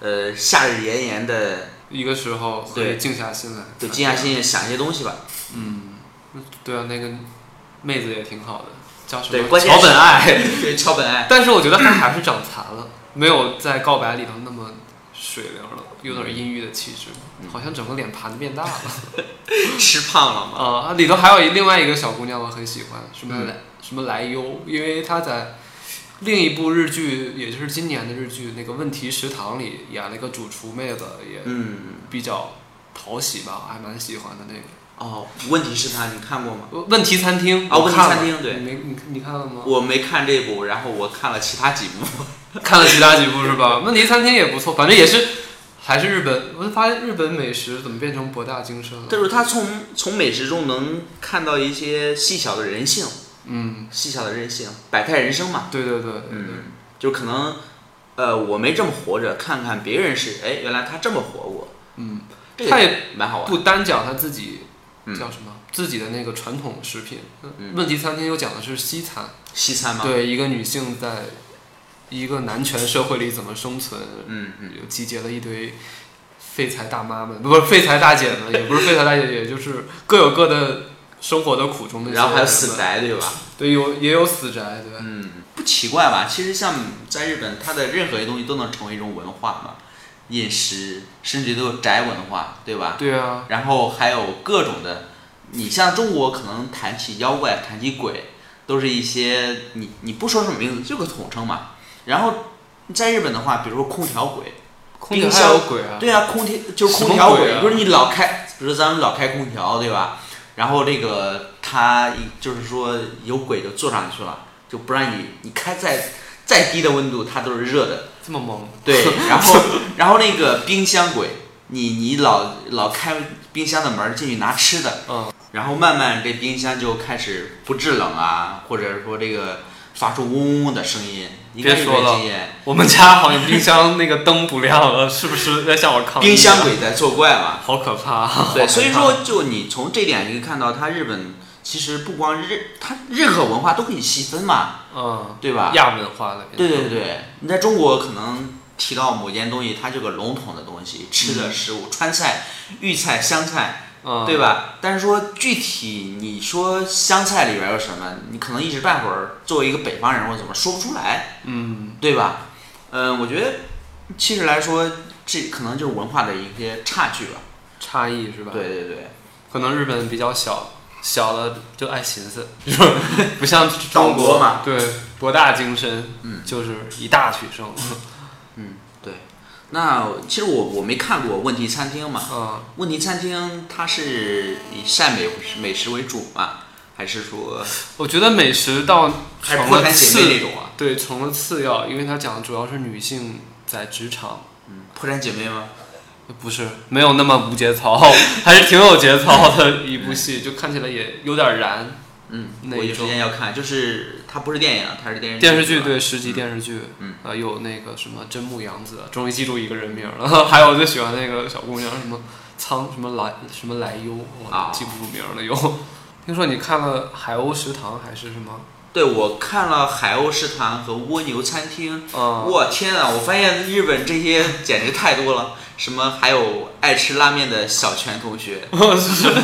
Speaker 3: 呃夏日炎炎的，
Speaker 4: 一个时候会
Speaker 3: 对
Speaker 4: 静下心来，
Speaker 3: 就静下心来想一些东西吧。
Speaker 4: 嗯，对啊，那个妹子也挺好的，叫什
Speaker 3: 对，
Speaker 4: 么？
Speaker 3: 关键
Speaker 4: 桥本爱。
Speaker 3: 爱， 对桥本爱，
Speaker 4: 但是我觉得她还是长残了，没有在告白里头那么水灵了，有点阴郁的气质，
Speaker 3: 嗯
Speaker 4: 好像整个脸盘子变大了。
Speaker 3: 吃胖了嘛？
Speaker 4: 啊、里头还有一另外一个小姑娘，我很喜欢，什么
Speaker 3: 嗯
Speaker 4: 来、什么来优，因为她在另一部日剧，也就是今年的日剧《那个问题食堂》里演了一个主厨妹子，也
Speaker 3: 嗯，
Speaker 4: 比较讨喜吧，我还蛮喜欢的那个。
Speaker 3: 哦，问题是他，你看过吗？
Speaker 4: 问题餐厅
Speaker 3: 啊
Speaker 4: 我看了
Speaker 3: 问题餐厅对
Speaker 4: 你没你你看了吗？
Speaker 3: 我没看这部，然后我看了其他几部。
Speaker 4: 看了其他几部是吧？问题餐厅也不错，反正也是还是日本，我就发现日本美食怎么变成博大精深 了？
Speaker 3: 就是他从从美食中能看到一些细小的人性，
Speaker 4: 嗯，
Speaker 3: 细小的人性，百态人生嘛。
Speaker 4: 对对对，对
Speaker 3: 嗯，就可能，呃，我没这么活着，看看别人是，哎，原来他这么活过，
Speaker 4: 嗯，
Speaker 3: 这个
Speaker 4: 他也
Speaker 3: 蛮好玩。
Speaker 4: 不单讲他自己
Speaker 3: 嗯
Speaker 4: 叫什么、自己的那个传统食品，
Speaker 3: 嗯
Speaker 4: 问题餐厅又讲的是西餐，
Speaker 3: 西餐嘛，
Speaker 4: 对一个女性在一个男权社会里怎么生存，
Speaker 3: 嗯嗯，
Speaker 4: 又集结了一堆废材大妈们，不是废材大姐们，也不是废材 大姐，也就是各有各的生活的苦衷的一些人们。
Speaker 3: 然后还有死宅，嗯对吧？
Speaker 4: 对，有也有死宅，对，
Speaker 3: 嗯，不奇怪吧？其实像在日本，它的任何一个东西都能成为一种文化嘛。饮食，甚至都有宅文化，对吧？
Speaker 4: 对啊，
Speaker 3: 然后还有各种的，你像中国可能谈起妖怪、谈起鬼，都是一些你你不说什么名字，就个统称嘛。然后在日本的话，比如说空调鬼，
Speaker 4: 空调
Speaker 3: 冰
Speaker 4: 还
Speaker 3: 箱
Speaker 4: 有鬼啊，
Speaker 3: 对啊，空调就是
Speaker 4: 什么
Speaker 3: 空调
Speaker 4: 鬼
Speaker 3: 鬼，
Speaker 4: 啊
Speaker 3: 不是你老开，比如咱们老开空调，对吧？然后这个他一就是说有鬼就坐上去了，就不让你你开再再低的温度，它都是热的。
Speaker 4: 这么猛，
Speaker 3: 对，然后然后那个冰箱鬼，你你老老开冰箱的门儿进去拿吃的，
Speaker 4: 嗯，
Speaker 3: 然后慢慢这冰箱就开始不制冷啊，或者说这个发出嗡嗡的声音，你
Speaker 4: 别
Speaker 3: 看有
Speaker 4: 说
Speaker 3: 没有
Speaker 4: 了
Speaker 3: 经验
Speaker 4: 我们家好像冰箱那个灯不亮了，是不是在向我抗议啊？
Speaker 3: 冰箱鬼在作怪嘛。
Speaker 4: 好可怕，啊
Speaker 3: 对，所以说就你从这点你可以看到，它日本其实不光日，它任何文化都可以细分嘛，
Speaker 4: 嗯，
Speaker 3: 对吧？
Speaker 4: 亚文化了，
Speaker 3: 对对对，你在中国可能提到某件东西，它就是个笼统的东西，吃的食物，川菜、豫菜、湘菜，
Speaker 4: 嗯，
Speaker 3: 对吧？但是说具体你说湘菜里边有什么，你可能一时半会儿作为一个北方人或者怎么说不出来，
Speaker 4: 嗯，
Speaker 3: 对吧？嗯，我觉得其实来说，这可能就是文化的一些差距吧。
Speaker 4: 差异是吧？
Speaker 3: 对，对对，
Speaker 4: 可能日本比较小，小了就爱寻 思，不像中
Speaker 3: 岛
Speaker 4: 国
Speaker 3: 国嘛，
Speaker 4: 对，博大精深，
Speaker 3: 嗯
Speaker 4: 就是一大学生，
Speaker 3: 嗯，对。那其实我我没看过《问题餐厅》嘛，
Speaker 4: 嗯，
Speaker 3: 问题餐厅它是以善美美食为主嘛，还是说
Speaker 4: 我觉得美食到
Speaker 3: 还是
Speaker 4: 成
Speaker 3: 破
Speaker 4: 了
Speaker 3: 产姐妹那
Speaker 4: 次，
Speaker 3: 种啊？
Speaker 4: 对，成了次要，因为它讲的主要是女性在职场。
Speaker 3: 嗯，破产姐妹吗？
Speaker 4: 不是，
Speaker 3: 嗯
Speaker 4: 没有那么无节操，还是挺有节操的一部戏，就看起来也有点燃。
Speaker 3: 嗯，
Speaker 4: 哪
Speaker 3: 我
Speaker 4: 一
Speaker 3: 有时
Speaker 4: 种
Speaker 3: 间要看，就是它不是电影，它是电视
Speaker 4: 电视剧
Speaker 3: 吧
Speaker 4: 对十集电视剧，
Speaker 3: 嗯
Speaker 4: 啊、有那个什么真木阳子，啊终于记住一个人名了。还有我最喜欢那个小姑娘什么苍什么来什么来优，
Speaker 3: 啊
Speaker 4: 我记不住名了又。 听说你看了《海鸥食堂》还是什么？
Speaker 3: 对我看了《海鸥食堂》和《蜗牛餐厅》
Speaker 4: 啊、
Speaker 3: 我天啊！我发现日本这些 简直太多了，什么还有爱吃拉面的小泉同 学，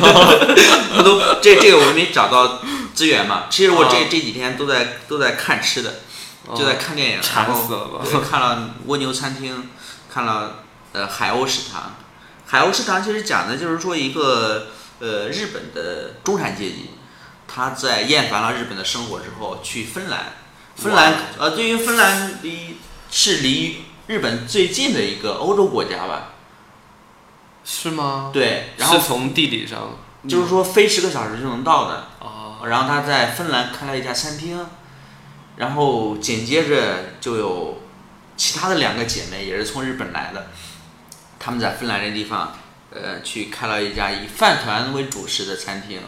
Speaker 3: 我都这这个我没找到资源嘛。其实我这、
Speaker 4: 啊哦
Speaker 3: 这几天都在都在看吃的，就在看电影，
Speaker 4: 馋
Speaker 3: 然后
Speaker 4: 死了吧
Speaker 3: 对看了《蜗牛餐厅》，看了呃《海鸥食堂》。《海鸥食堂》其实讲的就是说一个呃日本的中产阶级，他在厌烦了日本的生活之后，去芬兰。芬兰呃，对于芬兰离是离日本最近的一个欧洲国家吧？
Speaker 4: 是吗？
Speaker 3: 对，然后
Speaker 4: 是从地理上
Speaker 3: 就是说飞十个小时就能到的。
Speaker 4: 啊、
Speaker 3: 然后他在芬兰开了一家餐厅，然后紧接着就有其他的两个姐妹也是从日本来的，她们在芬兰这地方，呃，去开了一家以饭团为主食的餐厅，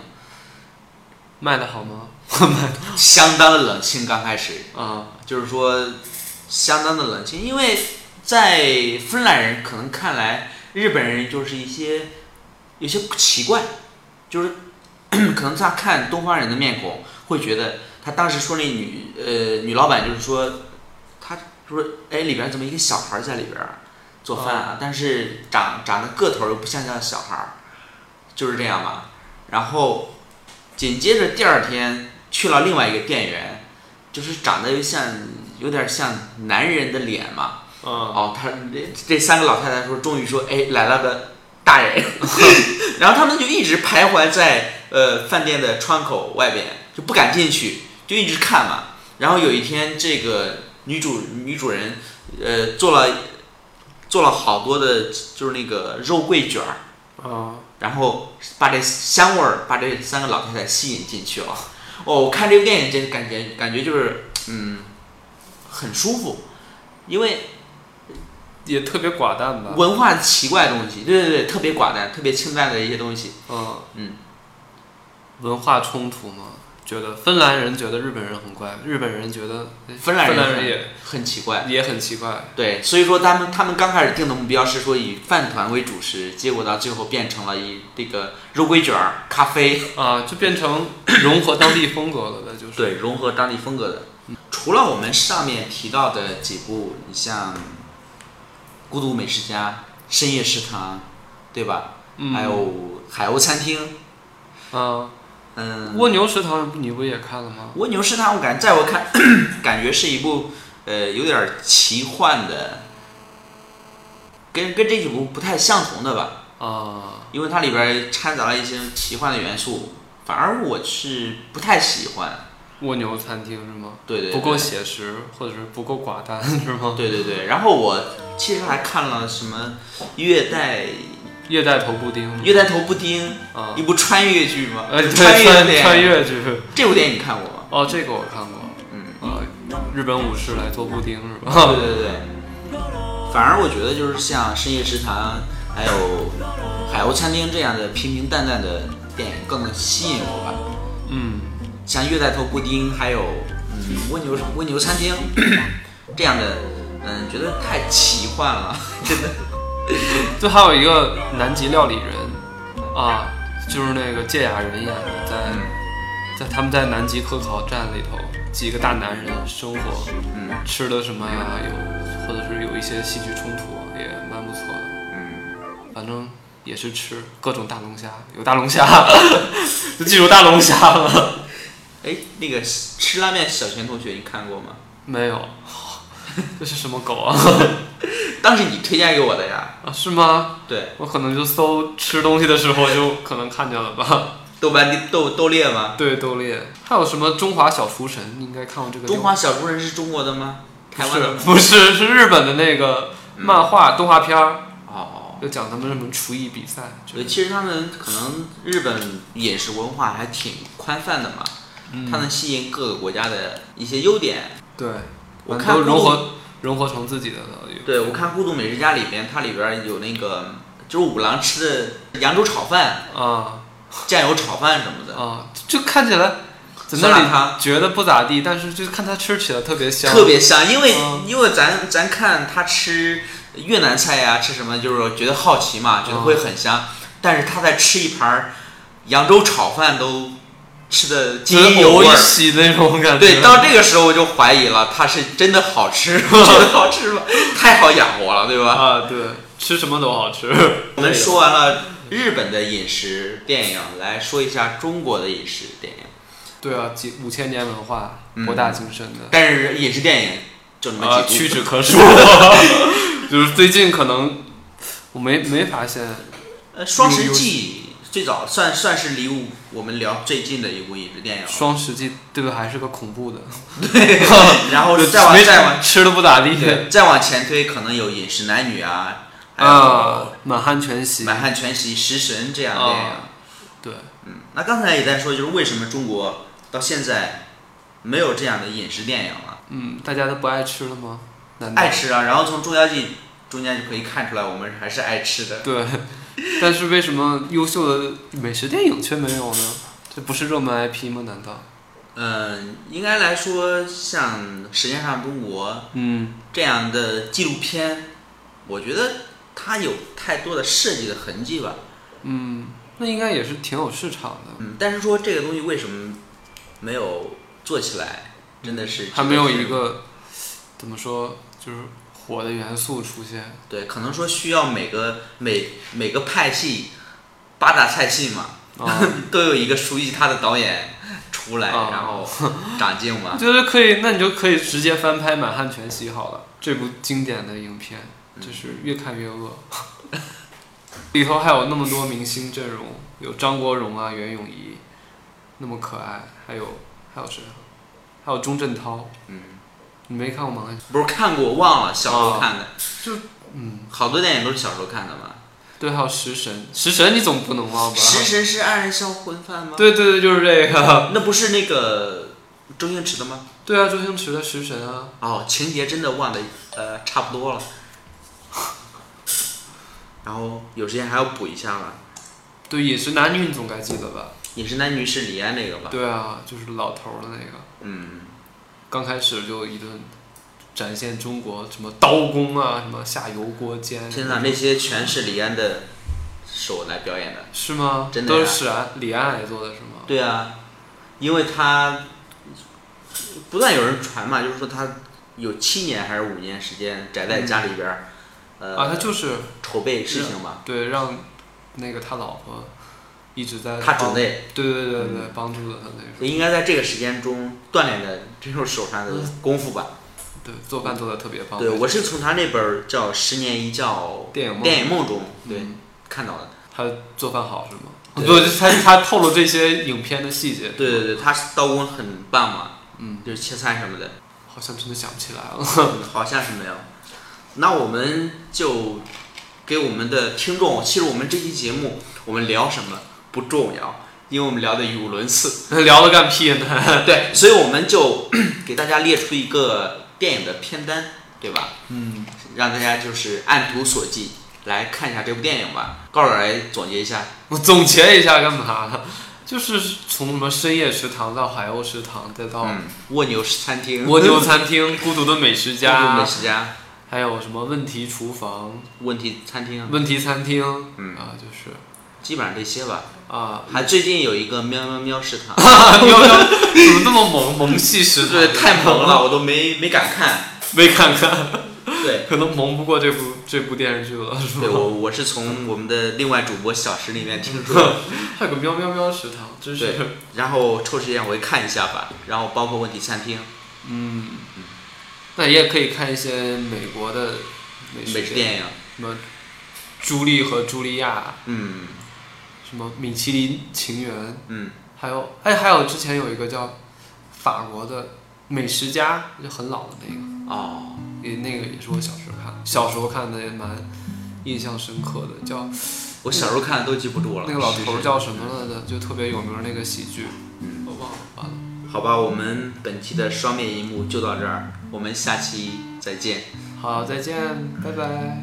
Speaker 4: 卖的好吗？
Speaker 3: 相当的冷清。刚开始
Speaker 4: 啊、
Speaker 3: 就是说相当的冷清，因为在芬兰人可能看来，日本人就是一些有些奇怪，就是 可能他看东方人的面孔，会觉得他当时说那女呃女老板就是说，他说哎里边怎么一个小孩在里边儿做饭啊，但是长长得个头儿又不像像小孩儿，就是这样嘛。然后紧接着第二天去了另外一个店员。就是长得又像有点像男人的脸嘛。
Speaker 4: 嗯，
Speaker 3: 哦，他这这三个老太太说，终于说，哎，来了个大人，然后他们就一直徘徊在呃饭店的窗口外边，就不敢进去，就一直看嘛。然后有一天，这个女主女主人呃做了做了好多的，就是那个肉桂卷儿。
Speaker 4: 啊、
Speaker 3: 然后把这香味儿把这三个老太太吸引进去了。哦，我看这部电影真感觉感觉就是嗯，很舒服，因为
Speaker 4: 也特别寡淡吧？
Speaker 3: 文化奇怪的东西，对对对，特别寡淡、特别清淡的一些东西。
Speaker 4: 嗯
Speaker 3: 嗯，
Speaker 4: 文化冲突吗？觉得芬兰人觉得日本人很怪，日本人觉得哎
Speaker 3: 芬兰人
Speaker 4: 芬兰人也
Speaker 3: 很奇怪，
Speaker 4: 也很奇怪。
Speaker 3: 对，所以说他们他们刚开始定的目标是说以饭团为主食，结果到最后变成了以这个肉桂卷儿、咖啡。
Speaker 4: 啊，就变成 融合当地风格了的，就是
Speaker 3: 对，融合当地风格的。除了我们上面提到的几部，你像《孤独美食家》《深夜食堂》，对吧？
Speaker 4: 嗯
Speaker 3: 还有《海鸥餐厅》。
Speaker 4: 啊，
Speaker 3: 嗯，
Speaker 4: 蜗牛食堂你不也看了吗？
Speaker 3: 蜗牛食堂，我感在我看 感觉是一部呃有点儿奇幻的跟跟这几部不太相同的吧，
Speaker 4: 啊，
Speaker 3: 因为它里边掺杂了一些奇幻的元素，反而我是不太喜欢。
Speaker 4: 蜗牛餐厅是吗？
Speaker 3: 对对对
Speaker 4: 不够写实，或者是不够寡淡是吗？
Speaker 3: 对对对，然后我其实还看了什么月代
Speaker 4: 月带头布丁吗
Speaker 3: 月代头布丁，
Speaker 4: 啊
Speaker 3: 一，部穿越剧嘛，
Speaker 4: 呃，对
Speaker 3: 穿越
Speaker 4: 穿
Speaker 3: 电影
Speaker 4: 穿越就是
Speaker 3: 这部电影你看过吗？
Speaker 4: 哦，这个我看过，
Speaker 3: 嗯，
Speaker 4: 啊，日本武士来做布丁是吧？
Speaker 3: 对对对。反而我觉得就是像深夜食堂，还有海鸥餐厅这样的平平淡淡的电影更能吸引我吧。
Speaker 4: 嗯，
Speaker 3: 像月带头布丁，还有嗯蜗牛蜗牛餐厅这样的，嗯，觉得太奇幻了，真的。
Speaker 4: 就还有一个南极料理人啊，就是那个芥雅人演的，在、
Speaker 3: 嗯
Speaker 4: 在他们在南极科考站里头，几个大男人生活，
Speaker 3: 嗯
Speaker 4: 吃的什么呀，有或者是有一些戏剧冲突，也蛮不错的。
Speaker 3: 嗯，
Speaker 4: 反正也是吃各种大龙虾，有大龙虾， 就记住大龙虾了。
Speaker 3: 哎，那个吃拉面小泉同学你看过吗？
Speaker 4: 没有，这是什么狗啊？
Speaker 3: 当时你推荐给我的呀。
Speaker 4: 啊是吗？
Speaker 3: 对，
Speaker 4: 我可能就搜吃东西的时候就可能看见了吧。
Speaker 3: 豆瓣豆豆列吗？
Speaker 4: 对，豆裂，还有什么中华小厨神？你应该看过这个。
Speaker 3: 中华小厨人是中国的吗？
Speaker 4: 不
Speaker 3: 台湾
Speaker 4: 是
Speaker 3: 的吗？
Speaker 4: 不是是日本的那个漫画动画片儿，
Speaker 3: 哦。
Speaker 4: 就讲他们什么厨艺比赛。就
Speaker 3: 对，
Speaker 4: 是
Speaker 3: 其实他们可能日本饮食文化还挺宽泛的嘛，
Speaker 4: 嗯
Speaker 3: 它能吸引各个国家的一些优点。
Speaker 4: 对，
Speaker 3: 我
Speaker 4: 反
Speaker 3: 看
Speaker 4: 正嗯都
Speaker 3: 孤独
Speaker 4: 融合融合成自己的了。有
Speaker 3: 对，我看《孤独美食家》里边，它里边有那个就是五郎吃的扬州炒饭、
Speaker 4: 啊
Speaker 3: 酱油炒饭什么的，
Speaker 4: 啊，就就看起来在
Speaker 3: 酸
Speaker 4: 那
Speaker 3: 辣
Speaker 4: 里
Speaker 3: 汤
Speaker 4: 觉得不咋地，但是就是看他吃起来特别香，
Speaker 3: 特别香。因为、
Speaker 4: 嗯
Speaker 3: 因为咱咱看他吃越南菜呀、吃什么，就是觉得好奇嘛，觉得
Speaker 4: 哦
Speaker 3: 会很香。但是他在吃一盘儿扬州炒饭都吃的津
Speaker 4: 就是
Speaker 3: 津有
Speaker 4: 呕
Speaker 3: 味
Speaker 4: 一
Speaker 3: 儿。
Speaker 4: 洗那种感觉。
Speaker 3: 对，到这个时候我就怀疑了，它是 真的好吃，觉得好吃吗？太好养活了，对吧？
Speaker 4: 啊，对，吃什么都 好吃。
Speaker 3: 我们说啊完了日本的饮食电影，来说一下中国的饮食电影。
Speaker 4: 对啊，几五千年文化
Speaker 3: 嗯
Speaker 4: 博大精深的。
Speaker 3: 但是饮食电影就那
Speaker 4: 啊
Speaker 3: 么，几
Speaker 4: 屈
Speaker 3: 部，
Speaker 4: 指 可数。 就是最近可能我没没发现，
Speaker 3: 呃，《双十记》最早算算是离我我们聊最近的一部饮食电影了。
Speaker 4: 双十记对吧？还是个恐怖的，
Speaker 3: 然后
Speaker 4: 就
Speaker 3: 哦再往
Speaker 4: 没
Speaker 3: 再往
Speaker 4: 吃的不咋地
Speaker 3: 对再往前推，可能有《饮食男女》啊，还有
Speaker 4: 啊，
Speaker 3: 《
Speaker 4: 满汉全席
Speaker 3: 满汉全席》《食神》这样的电影
Speaker 4: 啊。，对，
Speaker 3: 那刚才也在说，就是为什么中国到现在没有这样的饮食电影了？
Speaker 4: 嗯，大家都不爱吃了吗？难道
Speaker 3: 爱吃啊，然后从《捉妖记》中间就可以看出来，我们还是爱吃的。
Speaker 4: 对， 但是为什么优秀的美食电影却没有呢？这不是热门 IP 吗？难道？
Speaker 3: 嗯，应该来说，像《舌尖上的中国》
Speaker 4: 嗯，
Speaker 3: 这样的纪录片，我觉得它有太多的设计的痕迹吧。
Speaker 4: 那应该也是挺有市场的，
Speaker 3: 嗯，但是说这个东西为什么没有做起来，真的是
Speaker 4: 还没有一个怎么说就是火的元素出现。
Speaker 3: 对，可能说需要每个每每个派系八大菜系嘛，
Speaker 4: 啊
Speaker 3: 都有一个熟悉他的导演出来，
Speaker 4: 啊
Speaker 3: 然 后长进嘛
Speaker 4: 我。觉得可以，那你 就可以直接翻拍《满汉全席》好了，这部经典的影片，
Speaker 3: 嗯
Speaker 4: 就是越看越饿。 里头还有那么多明星阵容，有张国荣啊、袁咏仪，那么可爱，还有还有谁啊？还有钟镇涛，
Speaker 3: 嗯，
Speaker 4: 你没看过吗？
Speaker 3: 不是看过忘了，小时
Speaker 4: 啊
Speaker 3: 候看的，
Speaker 4: 嗯，
Speaker 3: 好多电影都是小时候看的嘛。
Speaker 4: 对，还有食神，食神你总不能忘
Speaker 3: 嗯
Speaker 4: 吧？
Speaker 3: 食神是爱人销魂饭吗？，
Speaker 4: 对啊对对，就是这个。
Speaker 3: 那不是那个周星驰的吗？
Speaker 4: 对啊，周星驰的食神啊，
Speaker 3: 哦，情节真的忘的呃差不多了，然后有时间还要补一下吧。
Speaker 4: 对，饮食男女你总该记得吧？
Speaker 3: 《饮食男女》是李安那个吧？
Speaker 4: 对啊，就是老头儿的那个。
Speaker 3: 嗯，
Speaker 4: 刚开始就一顿展现中国什么刀工啊，什么下油锅煎，
Speaker 3: 天哪，那些全是李安的手来表演的。
Speaker 4: 是吗？
Speaker 3: 真的呀
Speaker 4: 都是史安李安来做的是吗？
Speaker 3: 对啊，因为他不断有人传嘛，就是说他有七年还是五年时间宅在家里边儿，呃，
Speaker 4: 啊，他就是
Speaker 3: 筹备事情嘛，
Speaker 4: 对让那个他老婆一直在
Speaker 3: 他
Speaker 4: 帮
Speaker 3: 准，备
Speaker 4: 对对对对，
Speaker 3: 嗯
Speaker 4: 帮助了他那个。嗯
Speaker 3: 应该在这个时间中锻炼的这种手上的功夫吧。
Speaker 4: 对，做饭做的特别棒。
Speaker 3: 对，我是从他那本儿叫《十年一觉》
Speaker 4: 嗯电影梦
Speaker 3: 电影梦中对、
Speaker 4: 嗯
Speaker 3: 看到的。
Speaker 4: 他做饭好是吗？
Speaker 3: 对
Speaker 4: 不，他他透露这些影片的细节。
Speaker 3: 对对对，他是刀工很棒嘛，
Speaker 4: 嗯，
Speaker 3: 就是切菜什么的，
Speaker 4: 好像真的想不起来了。
Speaker 3: 好像是没有。那我们就给我们的听众，其实我们这期节目我们聊什么不重要，因为我们聊的语无伦次。
Speaker 4: 聊了干屁呢？
Speaker 3: 对，所以我们就给大家列出一个电影的片单，对吧？
Speaker 4: 嗯，
Speaker 3: 让大家就是按图索骥来看一下这部电影吧。高老师来总结一下，
Speaker 4: 我总结一下干嘛？ 就是从什么深夜食堂到海鸥食堂，再到
Speaker 3: 嗯，蜗牛餐厅、
Speaker 4: 蜗牛餐厅、孤独的美食
Speaker 3: 蜗牛 美
Speaker 4: 家，
Speaker 3: 食家、
Speaker 4: 还有什么问题厨房、
Speaker 3: 问题餐厅，
Speaker 4: 问题餐厅
Speaker 3: 嗯
Speaker 4: 啊，就是
Speaker 3: 基本上这些吧。
Speaker 4: 啊，
Speaker 3: 还最近有一个喵喵喵食堂，
Speaker 4: 喵喵怎么这么萌萌系食堂？
Speaker 3: 对，太萌了，，我都没没敢看。
Speaker 4: 没看看，
Speaker 3: 对，
Speaker 4: 可能萌不过这部这部电视剧了， 是
Speaker 3: 对
Speaker 4: 吧？
Speaker 3: 我我是从我们的另外主播小石里面听说的。
Speaker 4: 还有个喵喵喵食堂，真是
Speaker 3: 对然后抽时间我会看一下吧，然后包括问题餐厅、
Speaker 4: 嗯， 那也可以看一些美国的美
Speaker 3: 美食
Speaker 4: 食
Speaker 3: 电影，
Speaker 4: 什么朱莉和茱莉亚，
Speaker 3: 嗯
Speaker 4: 什么米其林情缘，
Speaker 3: 嗯。
Speaker 4: 还有哎，还有之前有一个叫法国的美食家，就很老的那个，
Speaker 3: 哦，
Speaker 4: 也那个也是我小时候看，小时候看的也蛮印象深刻的，叫
Speaker 3: 我小时候看的都记不住了。
Speaker 4: 那个老头儿
Speaker 3: 是
Speaker 4: 叫什么来着？就特别有名儿那个喜剧，
Speaker 3: 嗯
Speaker 4: 我忘了，完了，
Speaker 3: 好吧，我们本期的双面一幕就到这儿，我们下期再见。
Speaker 4: 好，再见，拜拜。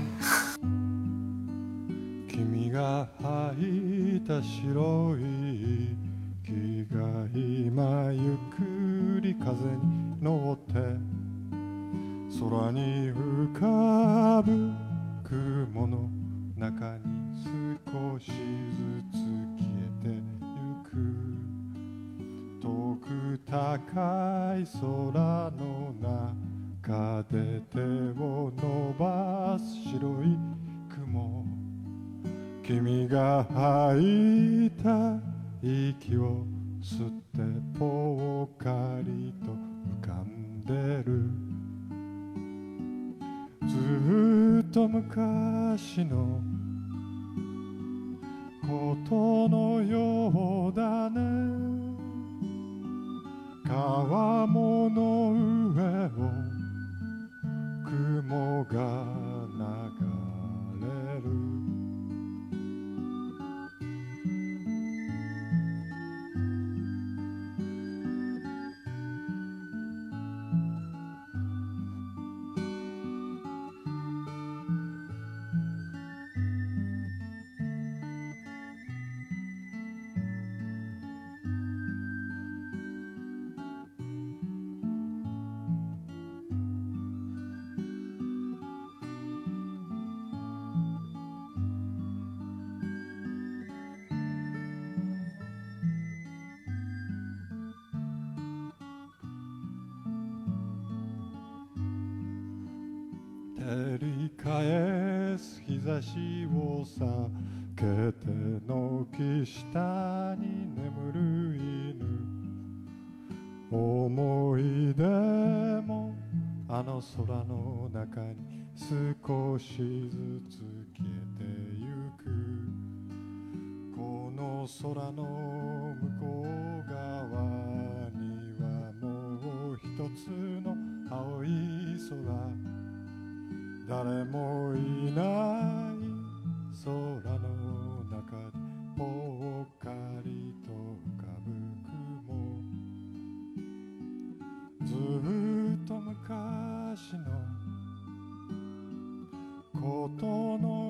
Speaker 2: 君が吐いた白い息が今ゆっくり風に乗って空に浮かぶ雲の中に少しずつ消えてゆく遠く高い空の中で手を伸ばす白い雲君が吐いた息を吸ってぽっかりと浮かんでるずっと昔のことのようだね川もの上を雲が流れる照り返す日差しを避けて軒下に眠る犬思い出もあの空の中に少しずつ消えてゆくこの空の向こう側にはもう一つの青い空誰もいない空の中でぽっかりと浮かぶ雲ずっと昔のことの